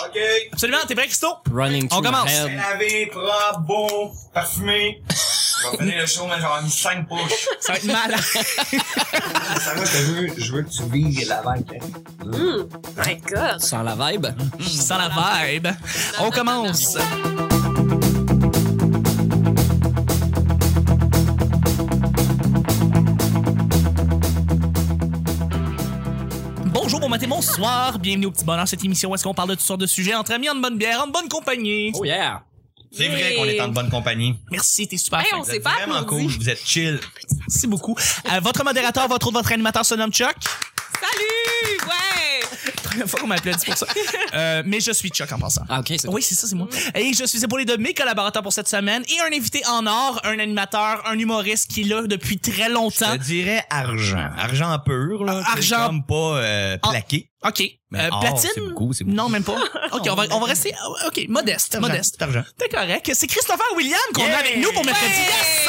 Longueuil. Absolument, t'es prêt, Christo? Running On through my commence. head. Lavé, propre, beau, parfumé. Je vais finir le show, mais j'aurai mis 5 poches. Ça va être malade. Ça va, je veux, je veux que tu vives la vague. My God. Sans la vibe. Mmh, Sans la vibe. On commence. Bonjour, bon matin, bonsoir. Bienvenue au Petit Bonheur, cette émission où est-ce qu'on parle de toutes sortes de sujets entre amis, en bonne bière, en bonne compagnie. Oh yeah. C'est vrai qu'on est en bonne compagnie. Merci, t'es super Hey, fin. on Vous s'est êtes pas vraiment cool, applaudi. vous êtes chill. Merci beaucoup. Euh, votre modérateur, votre autre, votre animateur se nomme Chuck. Salut! Ouais! Première fois qu'on m'applaudit pour ça. Euh, mais je suis Chuck en passant. Ah, ok, c'est Oui, c'est ça, c'est moi. Mm. Et je suis épaulé de mes collaborateurs pour cette semaine et un invité en or, un animateur, un humoriste qui est là depuis très Je Ah. longtemps. te dirais argent. Argent pur, là. Ah, tu sais, argent- Comme pas euh, Ah. plaqué. OK. Mais Euh, or, platine? c'est beaucoup, c'est beaucoup. Non, même pas. OK, on va, on va rester... euh, OK, modeste, Argent, modeste. c'est Argent. T'es correct. C'est Christopher William qu'on Yeah! a avec nous pour mercredi. Yes,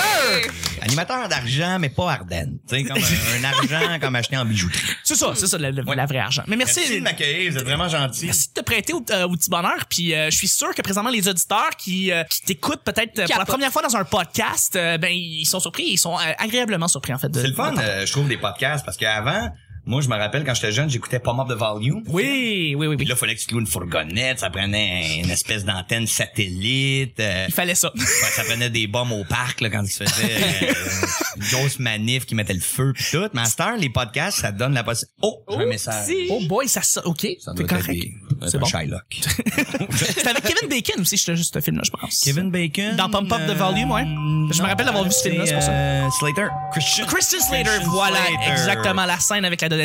sir! Animateur d'argent, mais pas Arden. Tu sais, comme un, un argent comme acheté en bijouterie. C'est ça, c'est ça, la, la- Ouais. la vraie argent. Mais merci... Merci de m'accueillir, vous êtes vraiment gentil. Merci de te prêter au, euh, au petit bonheur. Puis euh, je suis sûr que présentement les auditeurs qui, euh, qui t'écoutent peut-être euh, pour la Capote. première fois dans un podcast, euh, ben ils sont surpris, ils sont euh, agréablement surpris en fait. de- C'est le fun, d'entendre. euh, je trouve, des podcasts, parce qu'avant, moi, je me rappelle, quand j'étais jeune, j'écoutais pas mort de volume. Oui, oui, oui, oui. Puis là, fallait que tu te loues une fourgonnette, ça prenait une espèce d'antenne satellite, euh, Il fallait ça. ça prenait des bombes au parc là, quand ils se faisaient euh, une grosse manif qui mettait le feu pis tout. Mais à cette heure, les podcasts, ça te donne la possibilité... Oh, j'ai un message. si. Oh boy, ça sort. OK, Ça doit c'est être ben, correct. des- C'est un bon. Shylock. C'était avec Kevin Bacon aussi, je juste ce film-là, je pense. Kevin Bacon. Dans Pump Up the Volume, ouais. Je me rappelle d'avoir vu ce film-là, Euh, c'est pour ça. euh, Slater. Christian. Christian Slater, Mm, Christian voilà Slater. exactement la scène avec l'adolescente.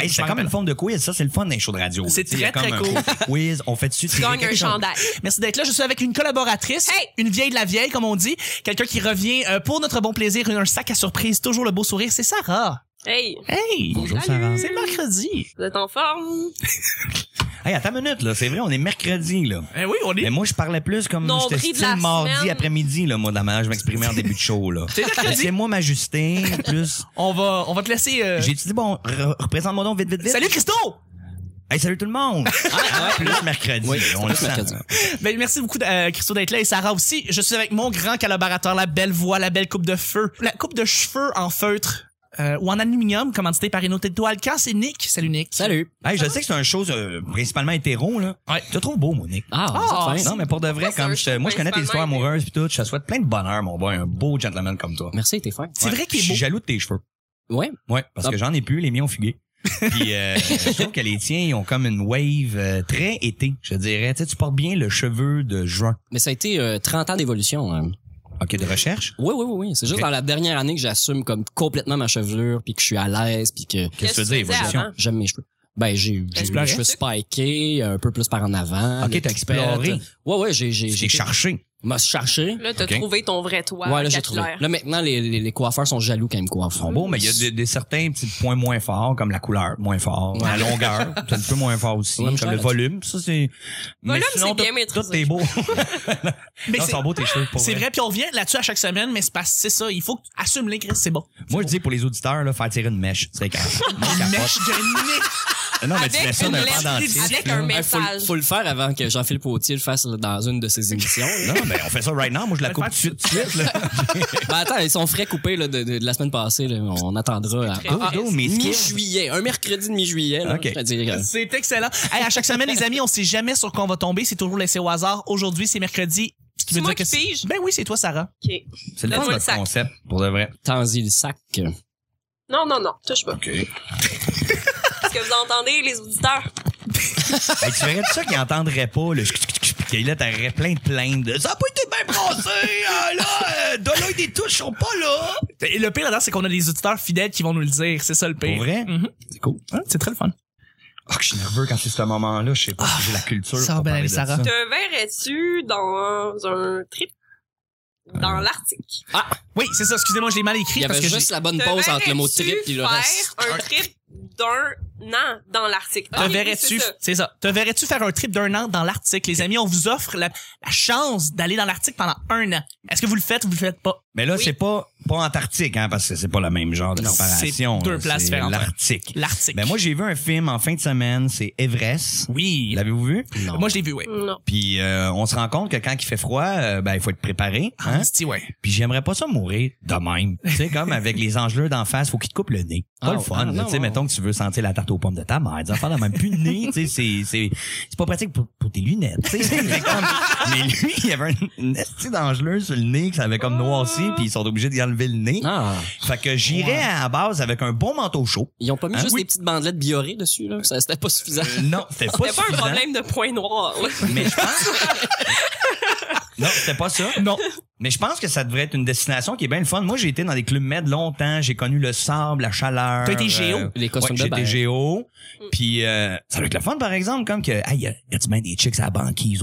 Hey, c'est comme une forme de quiz. Ça, c'est le fun d'un show de radio. C'est Tu sais, il y a très, comme très un cool. côté quiz. On fait dessus. Tu gagnes un chandail. Merci d'être là. Je suis avec une collaboratrice, Hey! une vieille de la vieille, comme on dit, quelqu'un qui revient euh, pour notre bon plaisir, un sac à surprise, toujours le beau sourire, c'est Sarah. Hey! Hey! Bonjour, Salut. Sarah. C'est mercredi. Vous êtes en forme? Hey, attends une minute, là. C'est vrai, on est mercredi, là. Eh oui, on Mais moi, je parlais plus comme Nombril j'étais de style la mardi semaine. après-midi, là, moi, dans ma, je m'exprimais en début de show, là. Laissez-moi m'ajuster, plus. On va, on va te laisser. euh, J'ai dit, bon, re- représente-moi donc vite, vite, vite. Salut Christo! Hey, salut tout le monde! Ah, plus mercredi. Oui, on le sent. Ben, merci beaucoup euh, Christo d'être là et Sarah aussi. Je suis avec mon grand collaborateur, la belle voix, la belle coupe de feu, la coupe de cheveux en feutre euh, ou en aluminium, commandité par Inotetto Alcan, c'est Nick. Salut Nick. Salut. Hey, je sais que c'est une chose euh, principalement hétéro, là. Ouais. Je te trouve beau, mon Nick. Ah, Ah, c'est fin. Non, mais pour de vrai, Pourquoi c'est comme un je, te- moi, je connais tes histoires principalement amoureuses pis tout, je te souhaite plein de bonheur, mon boy, un beau gentleman comme toi. Merci, t'es fin. C'est Ouais. vrai qu'il est Je suis beau. jaloux de tes cheveux. Ah. Ouais. Ouais, parce que j'en ai plus, les miens ont fugué. Puis euh, je trouve que les tiens, ils ont comme une wave euh, très été, je dirais. Tu sais, tu portes bien le cheveu de juin. Mais ça a été euh, 30 ans d'évolution. hein. OK, de recherche. Oui, oui, oui, oui. C'est juste Ok. dans la dernière année que j'assume comme complètement ma chevelure, puis que je suis à l'aise, puis que Ah, Qu'est-ce que Qu'est-ce tu veux que tu dire, faisais évolution? avant? j'aime mes cheveux. Ben, j'ai j'ai eu les Explorer. cheveux spikés, euh, un peu plus par en avant. Ok, le t'as toupette. exploré. Ouais, ouais, j'ai... J'ai J'ai j'ai- cherché. m'a cherché. Là, t'as Ok. trouvé ton vrai toi. ouais, là, j'ai trouvé. capillaire. Là, maintenant, les, les, les coiffeurs sont jaloux quand ils me coiffent. Bon, bon, mais il y a des, des certains petits points moins forts, comme la couleur moins fort, la longueur, c'est un peu moins fort aussi, Ouais, mais comme je le l'ai- volume, ça c'est... mais Volume, sinon, c'est bien tout- maîtrisé. Tout est beau. Mais non, c'est- sont beaux tes cheveux, pour C'est vrai, puis on revient là-dessus à chaque semaine, mais c'est parce que c'est ça. Il faut que tu assumes les Chris, c'est bon. Moi, je dis pour les auditeurs, là, faire tirer une mèche. C'est quand Une mèche de nez. Non, mais Avec tu mets ça une d'un lettre- pendentif. avec un Hey, faut, message. faut le faire avant que Jean-Philippe Potier le fasse dans une de ses émissions. là. Non, mais on fait ça right now. Moi, je la coupe tout de suite. tout de suite, là. ben, attends, ils sont frais coupés là, de, de- de la semaine passée. là. On attendra. à- très à- Ah, Dodo, mes skis. Mi-juillet, un mercredi de mi-juillet. là, Ok. je te dirais. C'est excellent. Hey, à chaque semaine, les amis, on sait jamais sur quoi on va tomber. C'est toujours laissé au hasard. Aujourd'hui, c'est mercredi. Ce qui C'est moi qui c'est- pige? Ben oui, c'est toi, Sarah. Ok. C'est le Donne-moi fun, le notre sac. concept, pour de vrai. Tanzi le sac. Non, non, non, touche pas. OK. Hey, Est-ce que vous entendez, les auditeurs? tu verrais tout ça qu'ils n'entendraient pas, le Puis là, t'aurais plein de plaintes. de, Ça n'a pas été bien passé. euh, là, euh, Dolo et des touches sont pas là. Et le pire là-dedans, c'est qu'on a des auditeurs fidèles qui vont nous le dire. C'est ça le pire. Pour vrai? Mhm. C'est cool. Ouais, C'est très le fun. Oh, que je suis nerveux quand c'est ce moment-là. Je sais pas si j'ai la culture. ça va pour bien parler aller, de Sarah. Ah, ça. Te verrais-tu dans un trip dans l'Arctique? Oui, c'est ça. Excusez-moi, je l'ai mal écrit Il y parce avait que juste la bonne Te pause entre le mot verrais-tu trip et le faire reste. un trip d'un an dans l'Arctique. Te Ok, Ah c'est verrais-tu, ça. c'est ça. Te verrais-tu faire un trip d'un an dans l'Arctique? Les amis, on vous offre la, la chance d'aller dans l'Arctique pendant un an. Est-ce que vous le faites ou vous le faites pas? Mais là, Oui. c'est pas, pas Antarctique, hein, parce que c'est pas le même genre de Non, préparation. c'est deux places différentes, ouais. L'Arctique. L'Arctique. Ben moi, j'ai vu un film en fin de semaine, c'est Everest. oui. L'avez-vous vu? Non. Moi, je l'ai vu, oui. Non. Puis euh, on se rend compte que quand il fait froid, euh, ben il faut être préparé. Ah, Hein? c'est ouais. Puis j'aimerais pas ça mourir de même. tu sais, comme avec les engeleux d'en face, faut qu'ils te coupent le nez. Pas Ah, le fun. ah, là. non, tu sais, non. mettons que tu veux sentir la tarte aux pommes de ta mère. Des affaires de même plus de nez. Tu sais, c'est, c'est, c'est pas pratique pour, pour tes lunettes. tu sais. Mais comme- mais lui, il y avait un- une esti d'angeleux sur le nez que ça avait comme noirci, puis ils sont obligés d'y enlever le nez. Ah. Fait que j'irais à la base avec un bon manteau chaud. Ils ont pas mis Hein? juste Oui. des petites bandelettes biorées dessus, là. Ça, c'était pas suffisant. Non, c'était pas, C'était pas un suffisant, problème de point noir. là. Mais je pense. non, c'était pas ça. Non. Mais je pense que ça devrait être une destination qui est bien le fun. Moi, j'ai été dans des clubs med longtemps. J'ai connu le sable, la chaleur. euh, T'as été géo? Les costumes ouais, de j'ai bain. été géo. Mm. Puis euh, ça doit être le fun, par exemple, comme que, hey, y a- y a-tu bien des chicks à la banquise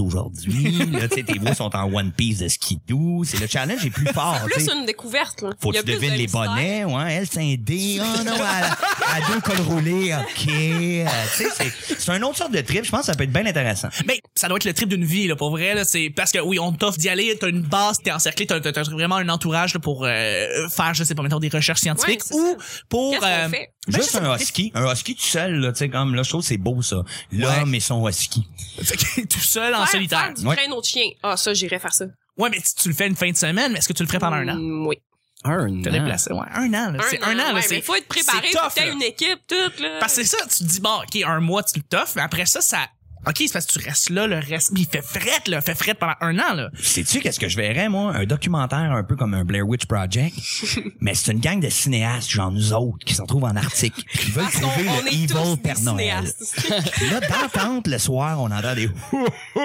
aujourd'hui? là, tu sais, tes voix sont en one piece de skidoo. C'est le challenge est plus fort. tu sais. Plus une découverte. Là. Faut Il y a que tu plus devines de les mystère. bonnets, ouais. Elle, c'est un dé. Oh non, à, à deux cols roulés, OK. Euh, tu sais, c'est- c'est une autre sorte de trip. Je pense que ça peut être bien intéressant. Mais ça doit être le trip d'une vie, là, pour vrai, là. C'est parce que oui, on t'offre d'y aller, t'as une base, t'es encerclé, t'as, t'as- t'as vraiment un entourage, là, pour, euh, faire, je sais pas, mettons, des recherches scientifiques Ouais, c'est ou pour, Qu'est-ce euh, qu'on fait? Ben, Juste je sais un husky. Un husky tout seul, là, tu sais, comme, là, je trouve que c'est beau, ça. L'homme et son husky. fait que tout seul en Faire- solitaire. faire du Ouais. train au chien. Ah, ça, j'irais faire ça. Ouais, mais tu, tu le fais une fin de semaine, mais est-ce que tu le ferais pendant un an? Mm, Oui. Un Te an. déplacer, ouais. Un an, là. C'est un an, là. ouais, c'est- mais faut être préparé. c'est faut tough, que t'aies là. une équipe, toute, là. Parce que c'est ça, tu te dis, bon, OK, un mois, tu le toffes, mais après ça, ça. OK, c'est parce que tu restes là, le reste. Mais il fait frette, là. Fait frette pendant un an, là. Sais-tu qu'est-ce que je verrais, moi? Un documentaire un peu comme un Blair Witch Project. mais c'est une gang de cinéastes, genre nous autres, qui se retrouvent en Arctique. puis Qui veulent Parce qu'on trouver on le est tous Evil des Père Noël. cinéastes. Puis là, dans la tente, le soir, on entend des hou, hou, hou,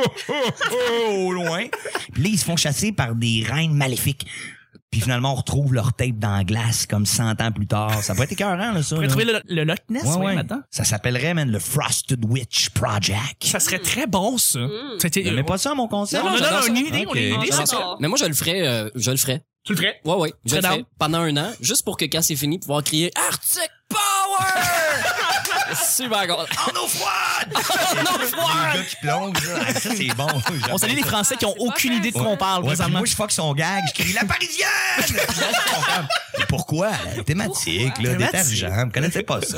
hou au loin. Puis là, ils se font chasser par des reines maléfiques. Puis finalement, on retrouve leur tête dans la glace comme 100 ans plus tard. Ça peut être écœurant, là, ça. On pourrait là. trouver le, le Loch Ness, Ouais, ouais, ouais. maintenant. Ça s'appellerait, man, le Frosted Witch Project. Ça serait Mm. très bon, ça. C'était- Mais mets pas ça, mon conseil. Non, non, non, j'adore non, ça. une idée, Ok. on a une idée, J'adore c'est ça. Ah, ça. Mais moi, je le ferais, euh, je le ferais. Tu le ferais? Ouais, ouais. Je Très le down. ferais pendant un an, juste pour que quand c'est fini, pouvoir crier Arctic Power! Super cool. Ah, En eau froide! Les gars qui plongent, là. Ah, Ça, c'est bon. On salue les Français qui ont Ah, c'est aucune pas idée de vrai. quoi on parle, Ouais, puis présentement. moi, je fuck son gag. Je crie la parisienne! Puis là, ils sont comme, Mais pourquoi? La thématique, là, Thématique. détergent. Vous connaissez pas ça.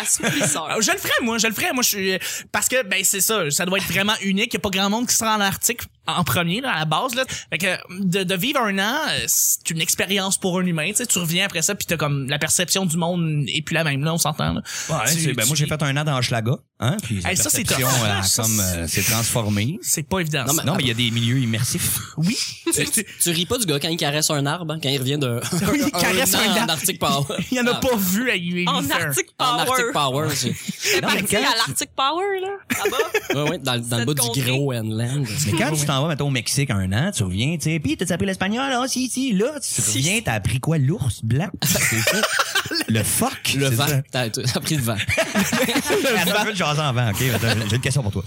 Assoupisseur. Euh, Je le ferais, moi, je le ferais. Moi, je suis. Parce que, ben, c'est ça, ça doit être vraiment unique. Il a pas grand monde qui sera en Arctique en premier, là, à la base, là. Fait que, de, de vivre un an, euh, c'est une expérience pour un humain, tu sais. Tu reviens après ça, puis t'as comme la perception du monde et puis la même, là, on s'entend, là. Ouais, Tu- c'est- ben, tu- moi, j'ai fait un an dans Schlaga. Hein, puis la Hey, ça, c'est perception, tough. elle a Ça, comme, euh, s'est transformée. C'est pas évident. ça. Non, mais il y a des milieux immersifs. Oui. Tu ris pas du gars quand il caresse un arbre, hein, quand il revient de. Oui, il caresse un an arbre. en Arctic Power. Il y en a E Ah, pas vu à lui. En Arctic En Power. Arctic Power, j'ai- C'est Non, mais parti quand à tu- l'Arctic Power, là. Ah Là-bas. Ouais, ouais, dans, dans le Cette bas du contrée. Groenland. Mais quand tu t'en vas, mettons, au Mexique un an, tu reviens, tu sais, pis t'as appris l'espagnol, ah, si, si, là, tu reviens, t'as appris quoi, l'ours blanc? C'est ça? Le fuck? Le c'est ça? vent. T'as t'as pris le vent. Attends, je vais te jaser en vent, ok? Attends, J'ai une question pour toi.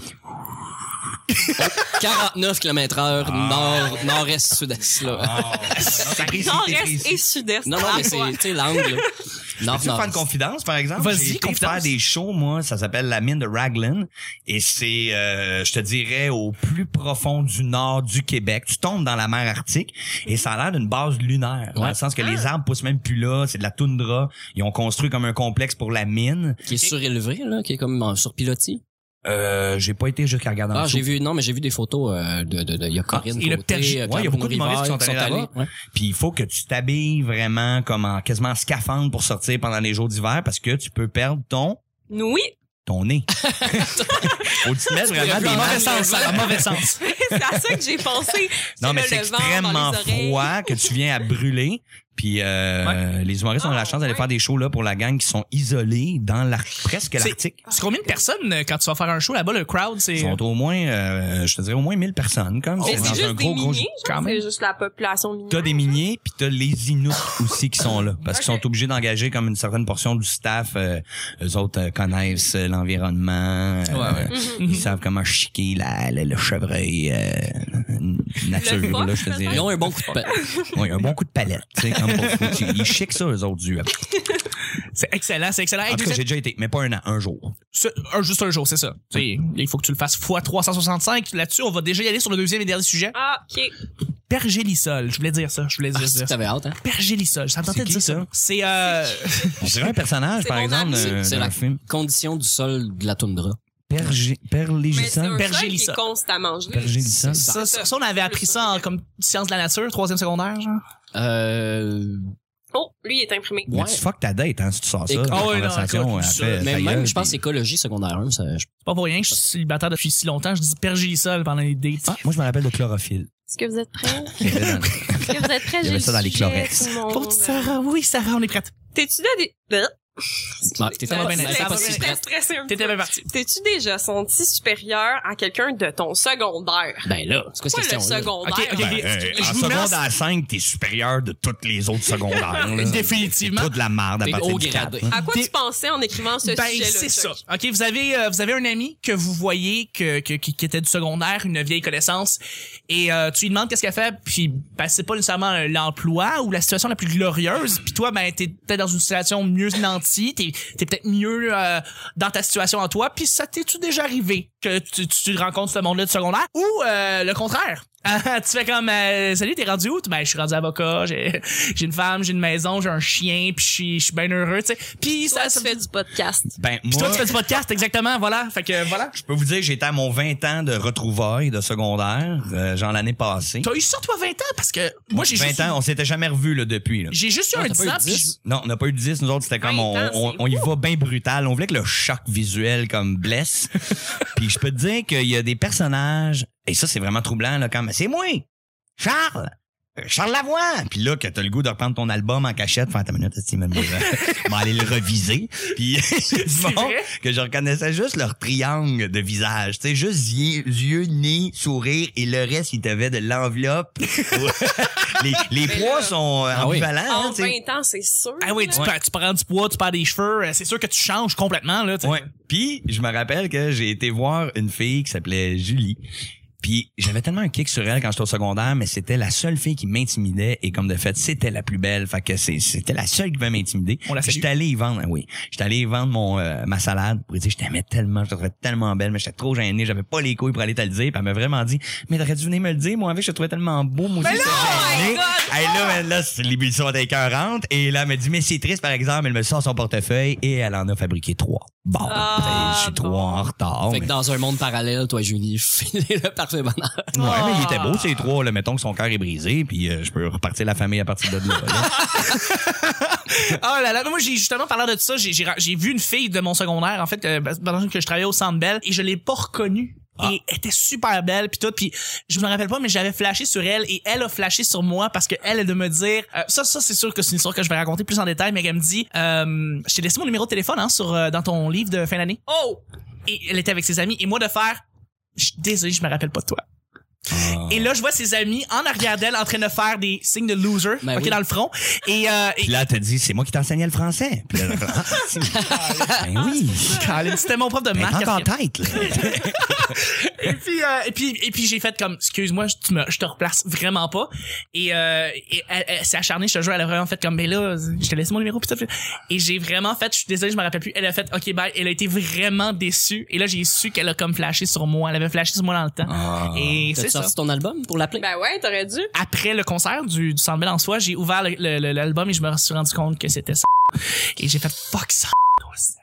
49 km heure, Ah. nord, nord-est, sud-est, là. T'as pris ici, t'es pris Nord-Est ici. et Sud-Est. Ah, Non, non, mais c'est, tu sais, l'angle. Peux-tu faire une Nord-nord. confidence, par exemple? Vas-y, J'ai été confidence. faire des shows, moi, ça s'appelle la mine de Raglan. Et c'est, euh, je te dirais, au plus profond du nord du Québec. Tu tombes dans la mer Arctique et ça a l'air d'une base lunaire. Dans Ouais. le sens que les arbres poussent même plus là, c'est de la toundra. Ils ont construit comme un complexe pour la mine. Qui est surélevé, là, qui est comme en surpilotis. Euh, j'ai pas été jusqu'à regarder en Ah, dessous. j'ai vu, non, mais j'ai vu des photos euh, de, de, de, il y a Corinne Ah, et le Côté, Perche- euh, Ouais, il y a Pierre beaucoup Bruno d'humoristes qui Rivard, sont allés là-bas. ouais. Puis il faut que tu t'habilles vraiment comme en quasiment en scaphandre pour sortir pendant les jours d'hiver parce que tu peux perdre ton Oui, ton nez. Faut que tu te mettes vraiment pourrais des plus en masques. Mauvais sens, ça, mauvais sens. c'est à ça que j'ai pensé. Non, mais le c'est vent dans les extrêmement oreilles. froid que tu viens à brûler. Puis euh, les humoristes ont la Ah, chance d'aller ouais. faire des shows là pour la gang qui sont isolés dans l'Ar- presque C'est- l'Arctique. C'est combien de personnes euh, quand tu vas faire un show là-bas, le crowd, c'est. Ils sont au moins, euh, je te dirais au moins 1000 personnes comme Mais c'est dans un juste des gros gros. miniers, quand genre, même. c'est juste la population minière. T'as des miniers puis t'as les Inuits aussi qui sont là parce qu'ils Ok. sont obligés d'engager comme une certaine portion du staff. Euh, eux autres euh, connaissent euh, l'environnement. euh, Ils savent comment chiquer la, la- le chevreuil euh, n- Le nature phoque, là, je te dirais. Ils ont un bon coup de patte. Ouais, un bon coup de palette, tu sais, comme pour foutre. Ils chiquent ça, eux autres, du. C'est excellent, c'est excellent. Hey, En tout cas, deuxième- j'ai déjà été, mais pas un an, un jour. Ce- un- juste un jour, c'est ça. Tu sais, il faut que tu le fasses fois 365. Là-dessus, on va déjà y aller sur le deuxième et dernier sujet. Ah, ok. Pergélisol. Je voulais dire ça. Je voulais dire Ah, si ça. t'avais hâte, hein? Pergélisol. Ça me tentait C'est de qui, dire ça. ça? C'est euh, On dirait un personnage, C'est par mon exemple, ami. d'un C'est d'un la Euh, film. condition du sol de la toundra. Pergé- Mais c'est un sol Perlégisol? qui Pergélisa. est constamment gelé. Pergélisol? ça, ça, ça, on avait appris ça en, comme science de la nature, troisième secondaire, genre. Euh, Oh, lui, il est imprimé. Mais ouais. tu fuck ta date, hein, si tu sors ça. Et- la Ah ouais, non, conversation, écoute, elle ça, fait Mais ta même, gueule, je pense, puis- écologie secondaire 1, ça, je- C'est pas pour rien que je suis célibataire depuis si longtemps. Je dis pergélisol pendant les dates. Ah, moi, je me rappelle de chlorophylle. Est-ce que vous êtes prêts? Il y avait dans- Est-ce que vous êtes prêts? Il y avait J'ai ça dans le les sujet, clorettes. tout le monde. Pauvre petite Sarah. Oui, Sarah, on est prête. T'es-tu Hein? déjà... Ah, t'étais Ça pas, va bien, t'étais ça pas va si bien. prête. J'étais stressée un peu. T'étais bien parti. T'es-tu déjà senti supérieur à quelqu'un de ton secondaire? Ben là, c'est quoi cette Pas le question? secondaire. Ok, ok, Ben, ok. hey, Je en vous seconde lance- à 5, t'es supérieur de toutes les autres secondaires. là. Définitivement. C'est Tout de la merde à T'es partir haut du gradé. quatre, hein. À quoi Des- tu pensais en écrivant ce Ben, sujet-là? c'est ça. Chuck? OK, vous avez, euh, vous avez un ami que vous voyez que, que- qui, qui était du secondaire, une vieille connaissance, et euh, tu lui demandes qu'est-ce qu'elle fait, puis ben, c'est pas nécessairement euh, l'emploi ou la situation la plus glorieuse, puis toi, ben, t'es peut-être dans une situation mieux nantie, t'es es, peut-être mieux euh, dans ta situation à toi, puis ça t'es-tu déjà arrivé que tu, tu, tu rencontres ce monde-là du secondaire, ou euh, le contraire? Ah, tu fais comme euh, salut t'es rendu où ben je suis rendu avocat j'ai j'ai une femme j'ai une maison j'ai un chien puis je suis- je suis bien heureux tu sais puis Toi, ça, tu ça fais du podcast. Ben, puis toi, moi, tu fais du podcast, exactement, voilà. Fait que, euh, voilà. je peux vous dire, j'étais à mon 20 ans de retrouvailles de secondaire, euh, genre l'année passée. T'as eu ça, toi, 20 ans? Parce que, moi, j'ai 20 juste. ans, on s'était jamais revus, là, depuis, là. J'ai juste eu Ah, un t'as 10 pas eu ans, puis 10? Non, on n'a pas eu de 10. Nous autres, c'était comme 20 on, ans, on, c'est on y va bien brutal. On voulait que le choc visuel comme blesse. Puis je peux te dire qu'il y a des personnages, et ça, c'est vraiment troublant, là, comme c'est moi, Charles, euh, Charles Lavoie. Puis là, que t'as le goût de reprendre ton album en cachette, faire ta minute, c'est même On va aller le reviser. Puis C'est bon, vrai? que je reconnaissais juste leur triangle de visage. Tu sais, juste yeux, yeux, nez, sourire, et le reste, ils t'avaient de l'enveloppe. les les Mais poids là, ben sont euh, ah oui. ambivalents. hein, En tu sais. 20 ans, c'est sûr. Ah oui, tu, là. perds- tu prends du poids, tu perds des cheveux, euh, c'est sûr que tu changes complètement, là, tu sais. Ouais. Puis je me rappelle que j'ai été voir une fille qui s'appelait Julie. Puis j'avais tellement un kick sur elle quand j'étais au secondaire, mais c'était la seule fille qui m'intimidait et comme de fait, c'était la plus belle. Fait que c'est- c'était la seule qui pouvait m'intimider. On la salue. J'étais allé y vendre, oui. J'étais allé y vendre mon euh, ma salade pour lui dire je t'aimais tellement, je te trouvais tellement belle, mais j'étais trop gêné, j'avais pas les couilles pour aller te le dire. Puis elle m'a vraiment dit mais t'aurais dû venir me le dire, moi avec je te trouvais tellement beau, moi aussi j'étais my gêné. God! Hey, là, ben, là, c'est- l'ébullition était écœurante. Et là, elle me dit, mais c'est triste, par exemple. Elle me sort son portefeuille et elle en a fabriqué trois. Bon, Ah, ben, je suis bon. trois en retard. Fait que mais- dans un monde parallèle, toi, Julie, filez le parfait bonheur. Ouais, Ah. mais il était beau, ces trois. Là, mettons que son cœur est brisé, puis euh, je peux repartir la famille à partir de là. là. Ah là là, moi j'ai justement parlant de ça, j'ai j'ai ra- j'ai vu une fille de mon secondaire en fait euh, pendant que je travaillais au Centre Bell et je l'ai pas reconnue. Ah. Et elle était super belle puis tout puis je me rappelle pas mais j'avais flashé sur elle et elle a flashé sur moi parce que elle est de me dire euh, ça ça c'est sûr que c'est une histoire que je vais raconter plus en détail mais elle me dit euh, je t'ai laissé mon numéro de téléphone hein sur euh, dans ton livre de fin d'année. Oh et elle était avec ses amis et moi de faire je suis désolé, je me rappelle pas de toi. Ah. Et là, je vois ses amis en arrière d'elle en train de faire des signes de loser, Ben ok, oui. dans le front. Et, euh, et- Puis là, elle te dit, c'est moi qui t'enseignais le français. Puis là, elle fait, Ah, c'est- ben Ah, oui. Colin, c'était mon prof de Ben, maths. rentre en quatrième. tête, là. Et puis, euh, et puis, et puis j'ai fait comme, excuse-moi, je, tu me, je te replace vraiment pas. Et, euh, et elle, elle s'est acharnée, je te jure, elle a vraiment fait comme, mais là, je te laisse mon numéro, pis tout. Et j'ai vraiment fait, je suis désolé, je me rappelle plus. Elle a fait, ok, bye. Elle a été vraiment déçue. Et là, j'ai su qu'elle a comme flashé sur moi. Elle avait flashé sur moi dans le temps. Ah. et T'as c'est ça. sorti ton album pour l'appeler? Ben ouais, t'aurais dû. Après le concert du, du Centre Bell en soi, j'ai ouvert le- le- le- l'album et je me suis rendu compte que c'était ça. Et j'ai fait, fuck ça.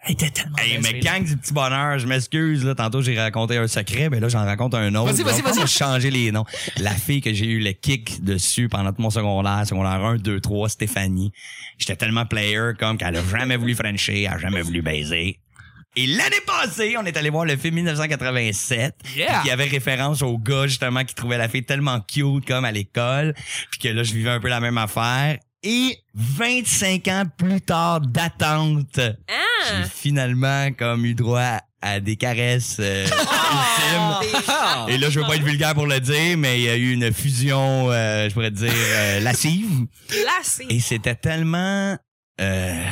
Elle était tellement Hey, belle, mais ce gang du petit bonheur, je m'excuse, là. Tantôt, j'ai raconté un secret, mais là, j'en raconte un autre. Vas-y, vas-y, Donc, on va changer les noms. La fille que j'ai eu le kick dessus pendant tout mon secondaire, secondaire 1, 2, 3, Stéphanie. J'étais tellement player, comme, qu'elle a jamais voulu frencher, elle a jamais voulu baiser. Et l'année passée, on est allé voir le film 1987. Yeah. puis Il y avait référence au gars, justement, qui trouvait la fille tellement cute, comme à l'école. Puis que là, je vivais un peu la même affaire. Et 25 ans plus tard d'attente, j'ai Ah! finalement comme eu droit à des caresses euh, intimes. Ah! Et là, je veux pas être vulgaire pour le dire, mais il y a eu une fusion, euh, je pourrais dire, euh, lascive. Là, c'est... Et c'était tellement... Euh,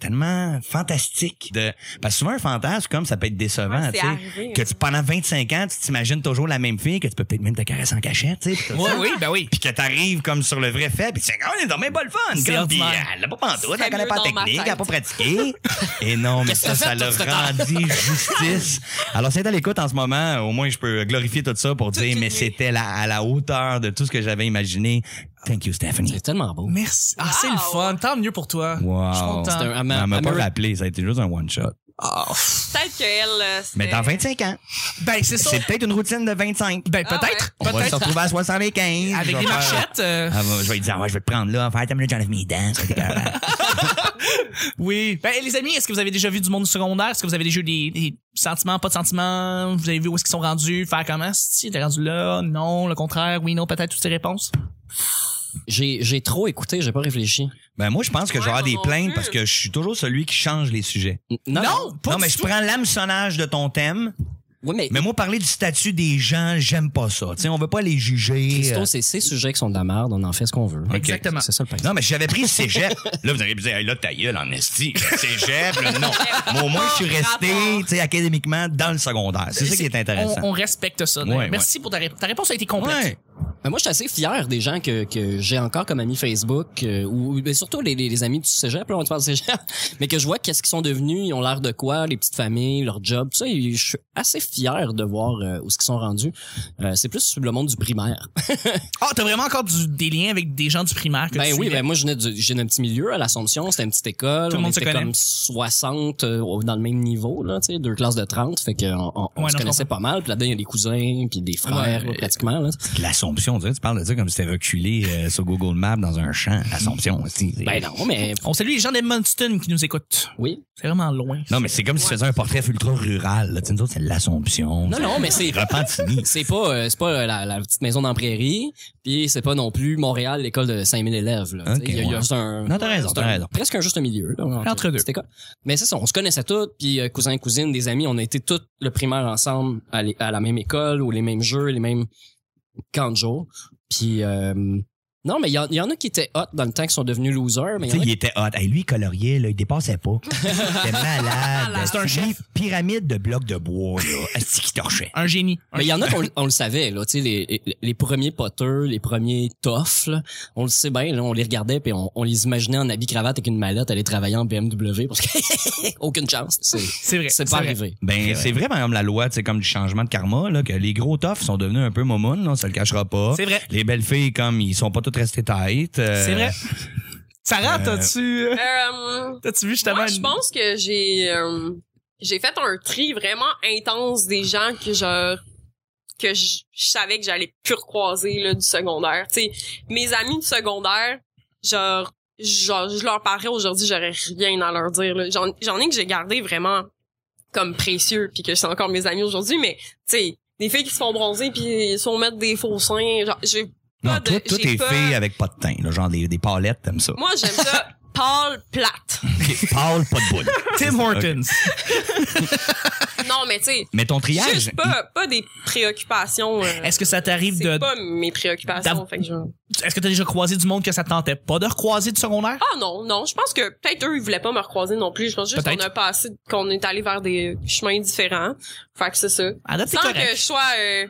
tellement fantastique de parce que souvent un fantasme comme ça peut être décevant Ouais, c'est tu sais arrivé, que hein. tu pendant 25 ans tu t'imagines toujours la même fille que tu peux peut-être même te caresser en cachette tu sais puis tout Oui, ça. oui, ben oui. puis que t'arrives comme sur le vrai fait puis tu fais oh, elle est donc bien pas le fun C'est comme, puis, ordinaire. elle l'a pas pantoute Serait elle connaît mieux pas dans la ma technique elle a pas tête. pratiqué et non mais Qu'est-ce ça que t'as ça fait l'a tout ce temps? rendu justice alors c'est à l'écoute en ce moment au moins je peux glorifier tout ça pour dire une mais nuit. c'était la- à la hauteur de tout ce que j'avais imaginé thank you Stephanie C'est tellement beau. Merci. Ah, c'est le Wow. fun. Tant mieux pour toi. Wow. Je suis content. C'est un ama- Elle m'a pas amoureux- rappelé, ça a été juste un one-shot. Ah, pff. Peut-être qu'elle. euh, Mais c'était- dans 25 ans. Ben, c'est ça. C'est peut-être une routine de 25. Ben, Ah, peut-être. On va se Peut-être. retrouver à Avec 75. Je vais des faire- marchettes. euh, Ah, bah, je vais lui dire, ah ouais, je vais te prendre là, faire ta minute, j'enlève mes dents, ça va être écœurant. Oui. Ben, les amis, est-ce que vous avez déjà vu du monde secondaire? Est-ce que vous avez déjà eu des, des sentiments, pas de sentiments? Vous avez vu où est-ce qu'ils sont rendus? Faire comment? Si, t'es rendu là? Non, le contraire? Oui, non, peut-être toutes ces réponses? J'ai j'ai trop écouté, j'ai pas réfléchi. Ben, moi, je pense que je vais avoir Ouais, des non plaintes plus. parce que je suis toujours celui qui change les sujets. N- Oh, pas non, du mais je tout. prends l'hameçonnage de ton thème. Oui, mais, Mais moi, parler du statut des gens, j'aime pas ça. Tu sais, on veut pas les juger. Christo, c'est ces sujets qui sont de la merde, on en fait ce qu'on veut. Exactement. C'est ça le principe. Non, mais si j'avais pris le cégep. là, vous auriez pu dire, Hey, là, ta gueule en esti. Le Cégep, là, non. Mais au moins, je suis resté, tu sais, académiquement dans le secondaire. C'est ça qui est intéressant. On, on respecte ça. Ouais, Merci pour ta réponse. Ta réponse a été complète. Ouais. Mais Ben, moi, je suis assez fier des gens que, que j'ai encore comme amis Facebook, euh, ou mais surtout les, les, les amis du cégep, là, on parle du cégep, mais que je vois qu'est-ce qu'ils sont devenus, ils ont l'air de quoi, les petites familles, leur job, tout ça. et Je suis assez fier de voir euh, où ce qu'ils sont rendus. Euh, c'est plus sur le monde du primaire. Ah, t'as vraiment encore du, des liens avec des gens du primaire que ben tu oui, suivais. ben moi, je venais du- je venais d'un petit milieu à l'Assomption, c'était une petite école. Tout le on monde se était connaît. comme 60 euh, au- dans le même niveau, là, tu sais, deux classes de 30, fait qu'on on, on Ouais, se non, je connaissait pas mal. Puis là-dedans, il y a des cousins, puis des frères, Ouais. là, pratiquement. Là. L'Assomption, tu sais, tu parles de ça comme si t'avais reculé euh, sur Google Maps dans un champ. L'Assomption aussi. c'est- Ben non, mais On salue les gens d'Edmonton qui nous écoutent. oui. C'est vraiment loin. Non, mais c'est comme si tu faisais un portrait ultra rural. là. Tu sais, nous autres, c'est l'Assomption. Non, non, mais c'est c'est Repentini. c'est pas euh, c'est pas euh, la, la petite maison dans la prairie puis c'est pas non plus Montréal l'école de 5000 élèves là Ok, Tu sais, il y a- il y a ouais. juste un Non, t'as raison, c'est t'as un- raison. presque un juste un milieu là, Entre deux. c'était quoi mais c'est ça on se connaissait tous puis euh, cousins cousines des amis on a été tous le primaire ensemble à, l'é- à la même école ou les mêmes jeux les mêmes camps de jour puis euh, non mais il y, en- il y en a qui étaient hot dans le temps qui sont devenus losers mais Tu il y en a sais, il était hot. Hey, lui, il coloriait, là, il dépassait pas. C'était malade. C'est un chef. Une pyramide de blocs de bois, là. Asti qui torchait. Un génie. Un Mais il y en a qu'on le- on le savait, là, tu sais, les, les- les premiers poteux, les premiers toffes, là, on le sait bien, là, on les regardait puis on, on les imaginait en habit cravate avec une mallette aller travailler en BMW parce que aucune chance, c'est C'est vrai. c'est pas vrai. arrivé. Ben, c'est vrai, par exemple, la loi, c'est comme du changement de karma, là, que les gros toffes sont devenus un peu momounes, là, on se le cachera pas. C'est vrai. Les belles filles, comme, ils sont pas toutes restées tight. euh, C'est vrai. Sarah, t'as-tu, euh, Euh, t'as-tu vu justement? Moi, une- je pense que j'ai euh, j'ai fait un tri vraiment intense des gens que je que je, je savais que j'allais plus recroiser là, du secondaire. Tu sais, mes amis du secondaire, genre, genre je leur parlais aujourd'hui, j'aurais rien à leur dire. là. J'en j'en ai que j'ai gardé vraiment comme précieux puis que c'est encore mes amis aujourd'hui, mais tu sais, des filles qui se font bronzer puis ils se font mettre des faux seins, genre j'ai Non, pas de- toi, toi, j'ai t'es pas- fille avec pas de teint, là, genre des, des palettes, t'aimes ça. moi j'aime ça pâle plate. Ok, Pâle, pas de boule. Tim Hortons. Non, mais tu sais, Mais ton triage, Juste pas, pas des préoccupations. euh, Est-ce que ça t'arrive c'est de, pas mes préoccupations. d'av- Fait que je... Ah est-ce que t'as déjà croisé du monde que ça te tentait pas de recroiser du secondaire? Ah non, non. Je pense que peut-être eux, ils voulaient pas me recroiser non plus. Je pense juste qu'on Peut-être. a passé, qu'on est allé vers des chemins différents. Fait que c'est ça. Ah, là, t'es Sans que correct. je sois... Euh...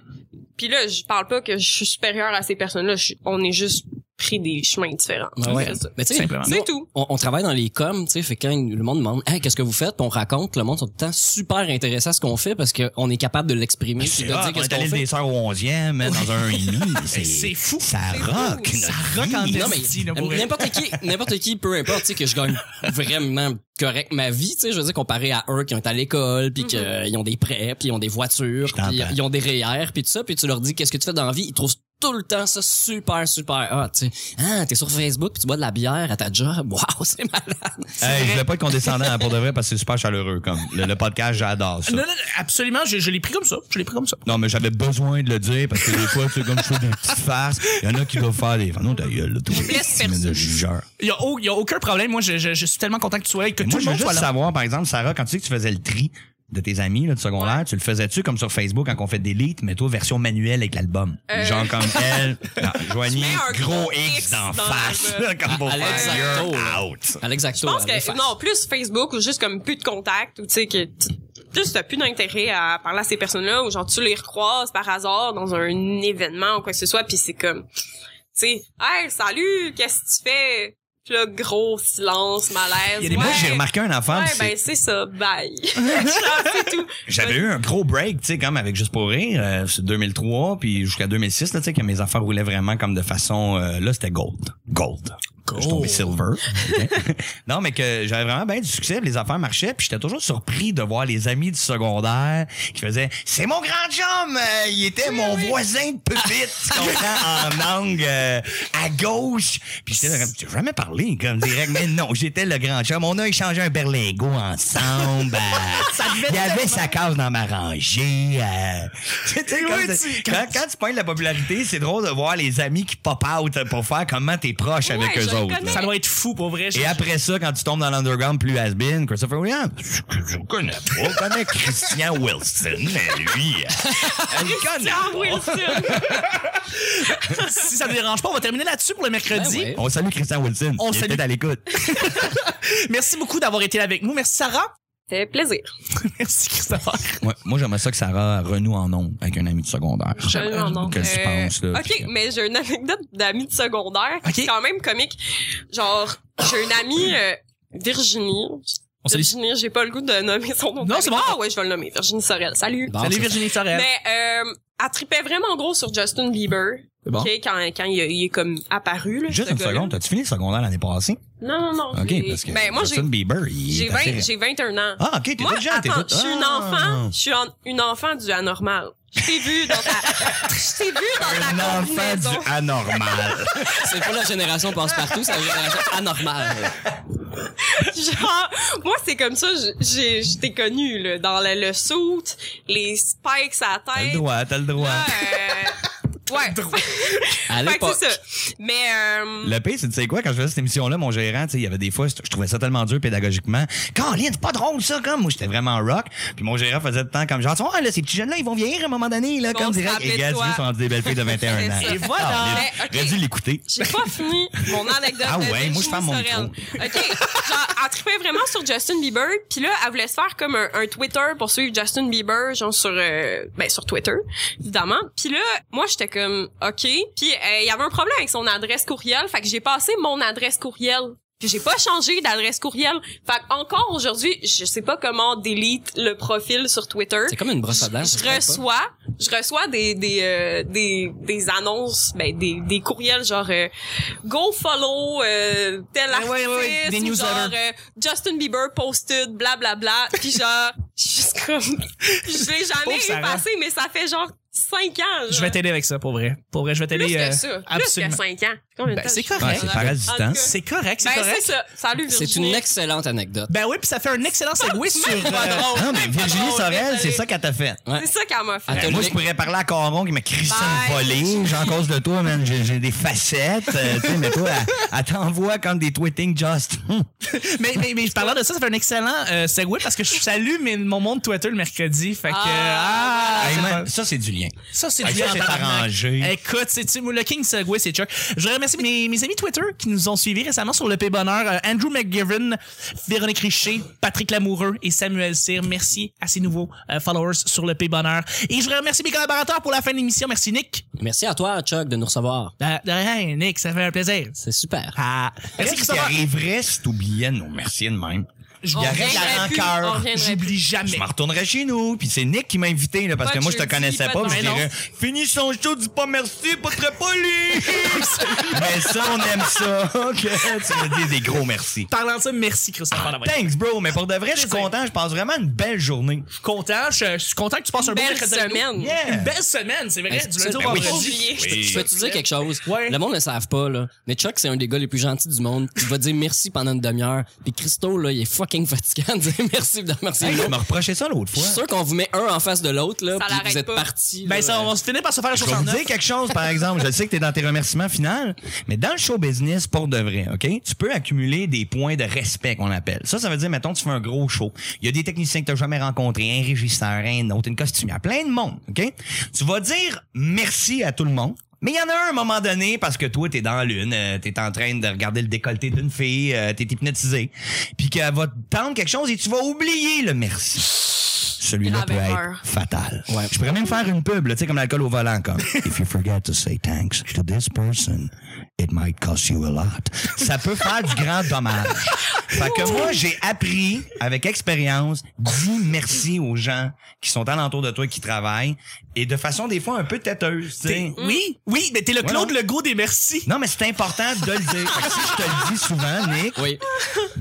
Puis là, je parle pas que je suis supérieure à ces personnes-là. Je suis- On est juste pris des chemins différents. Ah ouais. C'est ça. Mais tu sais, Simplement. nous, C'est tout. on, on travaille dans les coms, tu sais, fait que quand le monde demande, hey, qu'est-ce que vous faites, Puis on raconte, le monde sont tout le temps super intéressé à ce qu'on fait parce qu'on est capable de l'exprimer, puis de Ah, dire on qu'est-ce est qu'on allé fait. des sœurs au 11e, hein, dans un uni. C'est fou. Ça C'est rock. fou. notre Ça rock en Ah, vie. ben, dedans. Non, Esti, là, pour mais vrai. n'importe qui, n'importe qui, peu importe, tu sais, que je gagne vraiment correct ma vie, tu sais, je veux dire, comparé à eux qui ont été à l'école, puis qu'ils Mhm. ont des prêts, puis ils ont des voitures, Je puis t'entends. ils ont des REER, puis tout ça, puis tu leur dis qu'est-ce que tu fais dans la vie, ils trouvent tout le temps ça super, super hot, tu sais. Ah, t'es sur Facebook, puis tu bois de la bière à ta job, waouh, c'est malade. Hey, je voulais pas être condescendant hein, pour de vrai parce que c'est super chaleureux comme le, le podcast j'adore ça. Non, non, non, absolument, je, je l'ai pris comme ça. Je l'ai pris comme ça. Non mais j'avais besoin de le dire parce que des fois c'est comme je fais des petites farces, il y en a qui doivent faire des non ta gueule là, toi, blesse tu mets de personne. jugeur. Il y a, au- il y a aucun problème. Moi, je, je- je suis tellement content que tu sois là et que Mais tout moi le je veux monde juste soit là. savoir par exemple Sarah quand tu sais que tu faisais le tri de tes amis là, du secondaire, tu le faisais-tu comme sur Facebook quand on fait Delete, mais toi, version manuelle avec l'album? Euh. Genre comme elle, non, Joanie, Tu mets un gros X d'en dans face, l'album. comme pour Alex faire Zacto, you're là. out. Alex Acto. Je pense elle, de que, face. non, plus Facebook ou juste comme plus de contact ou tu sais que tu tu sais, t'as plus d'intérêt à parler à ces personnes-là ou genre tu les recroises par hasard dans un événement ou quoi que ce soit puis c'est comme, tu sais, hey, salut, qu'est-ce que tu fais? Puis là, gros silence, malaise. Il y a des- Moi, Ouais. j'ai remarqué un enfant, Ouais, puis c'est- ben c'est ça, bye. Genre, c'est tout. J'avais eu un gros break, tu sais, comme avec Juste pour rire, euh, c'est 2003, puis jusqu'à 2006, là, tu sais, que mes affaires roulaient vraiment comme de façon... euh, là, c'était gold. Gold. Je suis tombé silver. Ok. non, mais que j'avais vraiment bien du succès, puis les affaires marchaient, puis j'étais toujours surpris de voir les amis du secondaire qui faisaient « C'est mon grand chum! euh, il était mon voisin de pupite! » Tu comprends? En angle euh, à gauche. Puis j'étais là, j'ai jamais parlé comme direct, mais non, j'étais le grand chum. On a échangé un berlingot ensemble. euh, il y avait sa case dans ma rangée. euh. Tu sais, comme Oui, de- tu- quand, quand tu pointes la popularité, c'est drôle de voir les amis qui pop out pour faire comment t'es proche avec Ouais, eux je le autres. connais. là. Ça doit être fou, pour vrai. Et après ça, quand tu tombes dans l'underground plus has-been, Christopher Williams, je, je connais pas. Je connais Christian Wilson, mais lui, euh, je le connais Ah, pas. Wilson. si ça ne dérange pas, on va terminer là-dessus pour le mercredi. Ben ouais. On salue Christian Wilson. On Il salue. était à l'écoute. Merci beaucoup d'avoir été là avec nous. Merci Sarah. Fait plaisir. Merci Christopher. Ouais, moi, j'aimerais ça que Sarah renoue en ondes avec un ami du secondaire. Euh, non, non. Qu'est-ce que tu Euh, penses, là? OK, mais j'ai une anecdote d'amis de secondaire qui Ok. est quand même comique. Genre, j'ai une amie, euh, Virginie. On salue. Virginie, j'ai pas le goût de nommer son nom. Non, c'est bon. Ah ouais, je vais le nommer. Virginie Sorel. Salut. Bon, Salut c'est- Virginie Sorel. Mais euh, elle tripait vraiment gros sur Justin Bieber. C'est bon. OK, quand, quand il, a- il est comme apparu. Là, Juste ce une gars-là. seconde, t'as-tu fini le secondaire l'année passée? Non, non, non. OK, j'ai- parce que ben, moi, j'ai Justin Bieber, il j'ai est 20 assez- j'ai 21 ans. Ah, OK, t'es Moi, déjà à tes attends, doutes. je suis une Ah. enfant, je suis en- une enfant du anormal. Je t'ai vu dans ta, je t'ai vu dans Un ta enfant combinaison. Ben, du anormal. C'est pas la génération passe-partout, c'est la génération anormale. Genre, moi, c'est comme ça, je- j'ai, je t'ai connu, là, dans le, le suit, les spikes à la T'as le tête. droit, t'as le droit. là, euh, ouais. À Fait que l'époque. c'est ça. Mais, euh, Le pire, c'est, tu sais quoi, quand je faisais cette émission-là, mon gérant, tu sais, il y avait des fois, je trouvais ça tellement dur pédagogiquement. Caroline, c'est pas drôle, ça, comme. Moi, j'étais vraiment rock. Puis mon gérant faisait de temps comme genre, ah, là, ces petits jeunes-là, ils vont vieillir à un moment donné, là, Ils comme vont se direct. rappeler Et de gars, toi. ils sont rendus des belles filles de 21 ans. C'est ça. Et voilà. Caroline, Mais, ok. J'aurais dû l'écouter. j'ai pas fini mon anecdote. Ah de ouais, moi, je Virginie ferme mon Sorel. OK. Genre, elle trippait vraiment sur Justin Bieber. Puis là, elle voulait se faire comme un, un Twitter pour suivre Justin Bieber, genre sur, euh, ben, sur Twitter, évidemment. Puis là, moi, j'étais comme, OK. Puis euh, il y avait un problème avec son adresse courriel. Fait que j'ai passé mon adresse courriel. Puis j'ai pas changé d'adresse courriel. Fait que encore aujourd'hui, je sais pas comment délite le profil sur Twitter C'est comme une brosse à Hein, blanc. je ça se fait pas. reçois je reçois des des euh, des, des annonces ben des, des courriels genre euh, go follow euh, tel Ah artiste ouais, ouais, ouais, des ou genre newsletters. euh, Justin Bieber posted bla bla bla puis genre je suis juste comme je l'ai jamais Pauvre Sarah. eu passé mais ça fait genre cinq ans Je genre. vais t'aider avec ça, pour vrai. Pour vrai, je vais euh, plus t'aider. que euh, ça plus que absolument. cinq ans Combien de Ben, temps c'est je- correct. Ouais, c'est parasitance. En tout cas, C'est correct, c'est ben c'est correct. ça salut C'est Virginie une excellente anecdote. Ben oui, puis ça fait un excellent segway sur. euh, Ah, Oh, Non, mais Virginie Sorel, c'est ça qu'elle t'a fait. c'est ça qu'elle m'a fait Attends, moi, le- je pourrais parler à Caron qui m'a crissé une Bye. volée. J'en cause de toi, man. J'ai j'ai des facettes. euh, tu sais, mais toi, elle, elle t'envoie comme des tweeting just. mais, mais, mais parlant de ça, ça fait un excellent euh, segway parce que je salue mes- mon monde Twitter le mercredi. Fait que. Ah, Ah, Hey, c'est man, pas- ça, c'est du lien. Ça, c'est Hey, bien Ah, ça, c'est tabarnak. arrangé. Écoute, c'est tu- le King Segway, c'est Chuck. Je remercie mes, mes amis Twitter qui nous ont suivis récemment sur le P Bonheur. Euh, Andrew McGivern, Véronique Richer, Patrick Lamoureux et Samuel Cyr. Merci à ces nouveaux euh, followers sur le P Bonheur. Et je remercie mes collaborateurs pour la fin de l'émission. Merci Nick. Merci à toi, Chuck, de nous recevoir. Ben, de rien, Nick, ça fait un plaisir. C'est super. Ah, merci Qu'est-ce qui Christophe. arriverait si t'oubliais de nous remercier de même? Je On Il y aurait de la reviendrait plus, rancœur. on reviendrait plus. J'oublie jamais. Je m'en retournerai chez nous. Puis c'est Nick qui m'a invité, là, parce Pas que de moi, je te jeudi, connaissais pas pas. de puis je mardi. dirais, finis son show, dis pas merci, pas très poli. Mais ça, on aime ça. que tu me dis des gros merci. Parlant de ça, merci Christophe. d'avoir été Thanks, bro. Mais pour de vrai, je suis Plaisir. content. Je passe vraiment une belle journée. content. Je, je suis content que tu passes un bon belle mercredi avec nous. semaine Yeah. Une belle semaine, c'est vrai. Ben, Du c'est lundi au ça, ben oui. vendredi. Oublié. Je peux-tu dire quelque chose? Ouais. Le monde ne le savent pas, là. Mais Chuck, c'est un des gars les plus gentils du monde. Il va dire merci pendant une demi-heure. Puis Christo, là, il est fucking fucking fatigant de dire merci, de remercier Hey, le je monde. me reprochais ça l'autre Je fois. suis sûr qu'on vous met un en face de l'autre, là, Ça puis l'arrête vous êtes pas. partis. Ben, là. ça, on va se finir par se faire la Je chose vais en vous neuf. dire quelque chose, par exemple. Je le sais que tu es dans tes remerciements finaux, mais dans le show business, pour de vrai, OK? Tu peux accumuler des points de respect qu'on appelle. Ça, ça veut dire, mettons, tu fais un gros show. Il y a des techniciens que tu jamais rencontrés, un régisseur, un autre, une costumière, plein de monde, OK? Tu vas dire merci à tout le monde. Mais il y en a un à un moment donné parce que toi t'es dans l'une, euh, t'es en train de regarder le décolleté d'une fille, euh, t'es hypnotisé, puis qu'elle va te tendre quelque chose et tu vas oublier le merci. Celui-là Grave peut être erreur. fatal. Je pourrais même faire une pub, là, tu sais, comme l'alcool au volant, comme If you forget to say thanks to this person, it might cost you a lot. Ça peut faire du grand dommage. Fait que moi, j'ai appris avec expérience, dis merci aux gens qui sont alentour de toi, qui travaillent, et de façon des fois un peu têteuse, tu sais. T'es- Oui, oui, mais t'es le Claude Voilà. Legault des merci. Non, mais c'est important de le dire. Fait que si je te le dis souvent, Nick, Oui.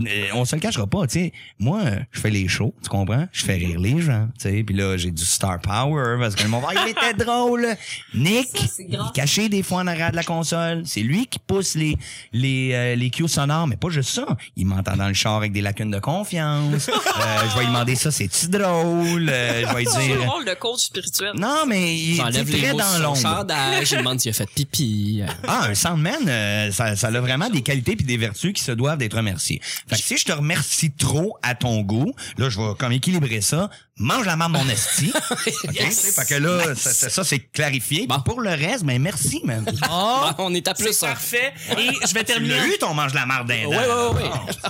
euh, on se le cachera pas, tu sais. Moi, euh, je fais les shows, tu comprends? Je fais rire les gens, tu sais. Puis là, j'ai du star power parce que mon verre, il était drôle. Nick, Ça, c'est grave. il est caché des fois en arrière de la console. C'est lui qui pousse les les euh, les cues sonores, mais pas juste ça. Il m'entend dans le char avec des lacunes de confiance. Euh, je vais lui demander ça, c'est-tu drôle? Euh, je vais lui C'est un dire... rôle de coach spirituel. Non, mais il est J'enlève les très mots dans sur son l'ombre. chandail, je demande s'il a fait pipi. Ah, un soundman, euh, ça, ça a vraiment des qualités puis des vertus qui se doivent d'être remerciées. Fait que si je te remercie trop à ton goût, là, je vais comme équilibrer ça. Mange la marde mon esti. OK? Yes. Fait que là, ça, ça- ça, c'est clarifié. Bon. Pour le reste, ben merci, man. Oh, Bon, on est à plus c'est un. parfait. Et je vais Tu terminer. l'as eu, ton mange la marde d'un Ouais, ouais, ouais.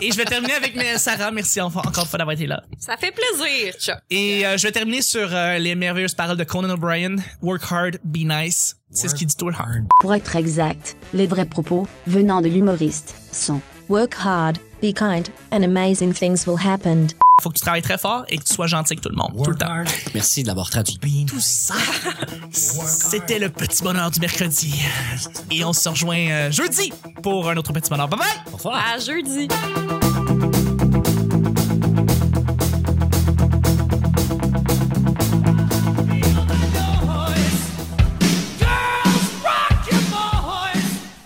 Et je vais terminer avec mes- Sarah. Merci en- encore une fois d'avoir été là. Ça fait plaisir, Chuck. Et euh, je vais terminer sur euh, les merveilleuses paroles de Conan O'Brien. Work hard, be nice. C'est ce qu'il dit tout le hard. Pour être exact, les vrais propos venant de l'humoriste sont Work hard, be kind, and amazing things will happen. Faut que tu travailles très fort et que tu sois gentil avec tout le monde. tout le temps. Merci de l'avoir traduit. Tout ça, c'était le petit bonheur du mercredi. Et on se rejoint euh, jeudi pour un autre petit bonheur. Bye bye! Au revoir. À jeudi.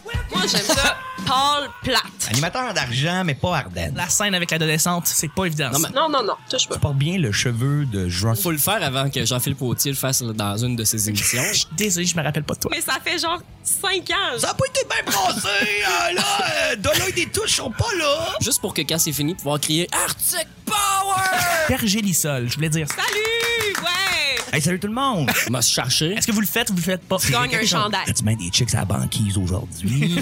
Moi, j'aime ça. Paul Platt. Animateur d'argent, mais pas Ardennes. La scène avec l'adolescente, c'est pas évident. Non, mais- Non, non, non, touche pas. Porte bien le cheveu de juin. Faut le faire avant que Jean-Philippe Potier le fasse dans une de ses émissions. Désolé, je me rappelle pas de toi. Mais ça fait genre 5 ans. Ça a pas été bien passé, euh, là. Euh, Dolo et des touches sont pas là. Juste pour que quand c'est fini, pouvoir crier Ah! Arctic Power! Pergélisol, je voulais dire ça. Salut! Ouais! Hey, salut tout le monde. On m'a cherché. Est-ce que vous le faites ou vous le faites pas? Tu gagnes un chandail. T'as-tu bien des chicks à la banquise aujourd'hui?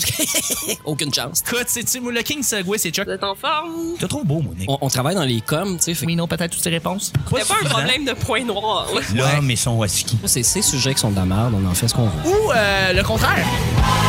Aucune chance. Écoute, c'est-tu le King Segway, c'est Chuck? Vous êtes en forme? Tu te trouves beau, mon Nick. On, on travaille dans les coms, tu sais. fait que Oui, non, peut-être toutes ces réponses. T'as pas un souvent. problème de point noir. ouais. L'homme et son husky. C'est ces sujets qui sont de la merde, on en fait ce qu'on veut. Ou euh, le contraire. Arctic